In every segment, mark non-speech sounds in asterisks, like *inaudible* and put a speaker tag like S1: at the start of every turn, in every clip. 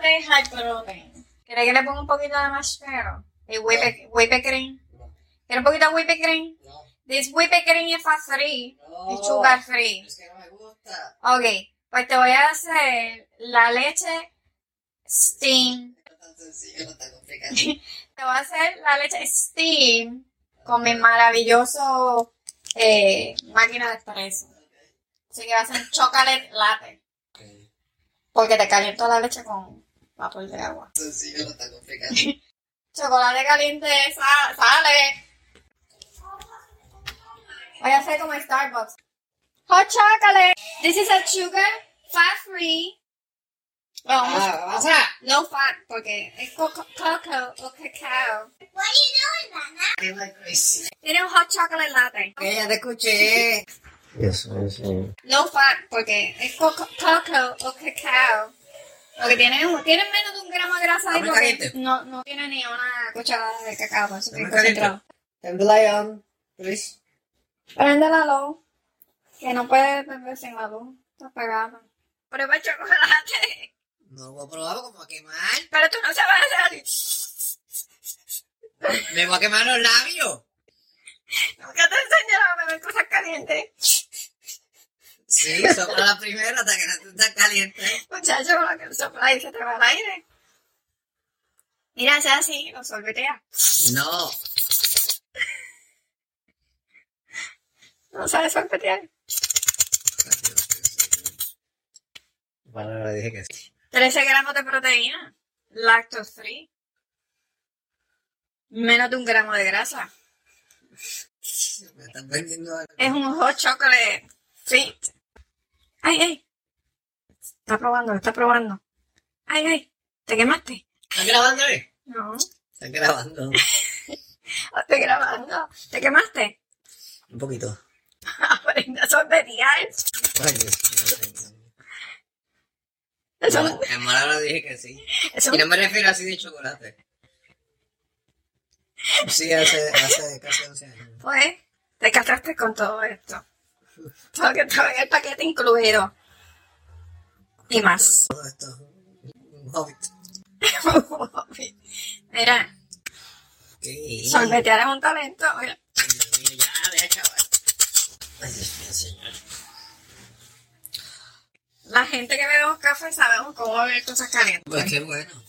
S1: que es high protein. ¿Querés que le ponga un poquito de marshmallow? De whipped, whipped cream.
S2: No.
S1: ¿Quieres un poquito de whipped cream?
S2: No,
S1: This whipped cream is fat free.
S2: no.
S1: It's sugar free.
S2: Es que no me gusta.
S1: Ok, pues te voy a hacer la leche steam.
S2: Es tan sencillo, no está *laughs* complicado.
S1: Te voy a hacer la leche steam con mi maravilloso eh, máquina de expreso. Así que va a ser un chocolate latte.
S2: Ok.
S1: Porque te caliento la leche con vapor de agua.
S2: Sencillo, no está complicado.
S1: Chocolate caliente sa- sale. Voy a hacer como en Starbucks. Hot chocolate. This is a sugar fat free. Well,
S2: Ah, o sea,
S1: no fat porque es co- co- cocoa o cacao.
S2: I like crazy.
S1: Tiene un hot chocolate latte.
S2: Que ya te escuché. Eso, eso.
S1: No fat porque es co- co- cocoa o cacao. Porque tiene, un- tiene menos de un gramo de grasa ahí
S2: Está muy
S1: porque
S2: caliente.
S1: no, no tiene ni una cucharada de cacao, por eso que
S2: muy
S1: es concentrado.
S2: Turn the light on, please.
S1: Prende la luz. Que no puedes beber sin la luz. Está pegada. Prueba el chocolate.
S2: No voy a probar como a quemar.
S1: Pero tú no sabes hacer
S2: Me voy a quemar los labios.
S1: Nunca te enseñaron a beber cosas calientes.
S2: Sí, sopla la primera hasta que no esté caliente.
S1: Muchacho, lo que sopla y se te va el aire. Mira, sea así, lo sorbetea.
S2: No.
S1: No sabes sorbetear.
S2: Bueno, le dije que sí.
S1: 13 gramos de proteína. Lactose free. Menos de un gramo de grasa.
S2: Me están vendiendo algo.
S1: Es un hot chocolate fit. Ay, ay. Está probando, está probando. Ay, ay. ¿Te quemaste?
S2: ¿Están grabando, eh?
S1: No.
S2: Están grabando.
S1: Ah, Estoy grabando. ¿Te quemaste? *laughs* Ah,
S2: Un poquito.
S1: Aprende a sorbetear.
S2: Ay, Dios mío.
S1: Eso,
S2: No, En Málaga dije que sí.
S1: eso-
S2: Y no me refiero así de chocolate. Sí, hace, hace casi 11 años.
S1: pues, te casaste con todo esto. Todo lo que estaba en el paquete incluido. Y más. *laughs*
S2: Todo esto. Un hobbit.
S1: Mira,
S2: ¿Qué?
S1: sorbetear es un talento. Mira.
S2: Dios mío, ya, deja, chaval. Ay, Dios mío, señor.
S1: La gente que bebemos café sabemos cómo beber cosas calientes.
S2: Pues qué bueno.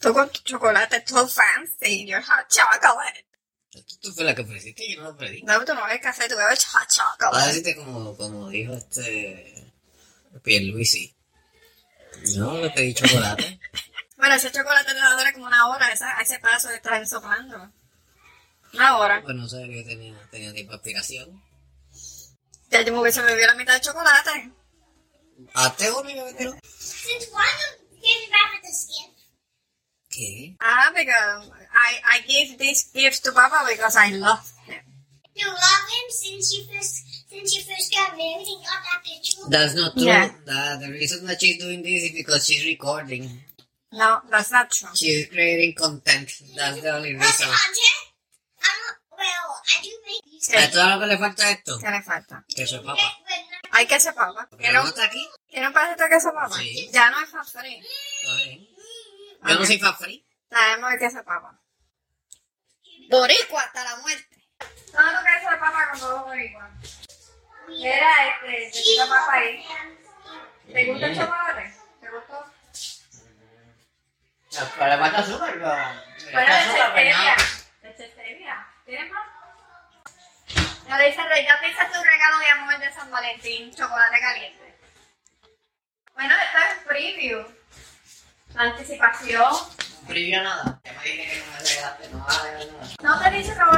S1: Tú con tu chocolate, todo fancy, your hot chocolate.
S2: Tú, tú fue la que ofreciste y yo no ofrecí.
S1: No, tú no bebes café, tú bebes hot
S2: Ahora
S1: chocolate.
S2: decirte como, como dijo este. Pierluisi. No, le pedí chocolate.
S1: Bueno, ese chocolate te va a durar como una hora, esa, ese paso de estar soplando. Una hora.
S2: Pues no sabía que tenía, tenía tipo de aspiración.
S1: Ya yo me hubiese bebido la mitad del chocolate.
S2: ¿Hazte uno y me metieron?
S3: Since one of them gave me back with this gift,
S2: ¿Qué?
S1: Ah, because I, I give this gift to Papa because I love him.
S3: you love him since you first since you first got married and got that picture.
S2: That's not true.
S1: Yeah.
S2: The, the reason that she's doing this is because she's recording.
S1: No, that's not true.
S2: She's creating content. That's the only
S3: That's
S2: reason.
S3: content. I'm not, well, I do make these
S2: ¿A todo lo que le falta a esto?
S1: ¿Qué le falta?
S2: Que soy
S3: but
S2: papá.
S3: not
S1: Hay queso papa.
S2: ¿Pero
S1: ¿Quiero,
S2: no está aquí?
S1: ¿Quiero un pedacito de queso papa?
S2: Sí.
S1: Ya no es fast free.
S2: Está bien. Yo no soy fan free.
S1: Traemos el queso papa. Boricua hasta la muerte. Todo lo que queso papa con todo boricua. Mira, este, te gusta papa ahí. ¿Te gusta el chocolate? ¿Te gustó?
S2: Para le falta súper,
S1: Bueno, leche stevia. Leche stevia. ¿Tienes más? Ya le hice re- ya te hice tu regalo de amor de San Valentín, chocolate caliente. Bueno, esto es preview. La anticipación.
S2: nada. Ya me dije que no me regalaste, no va a regalar nada.
S1: No te dice que va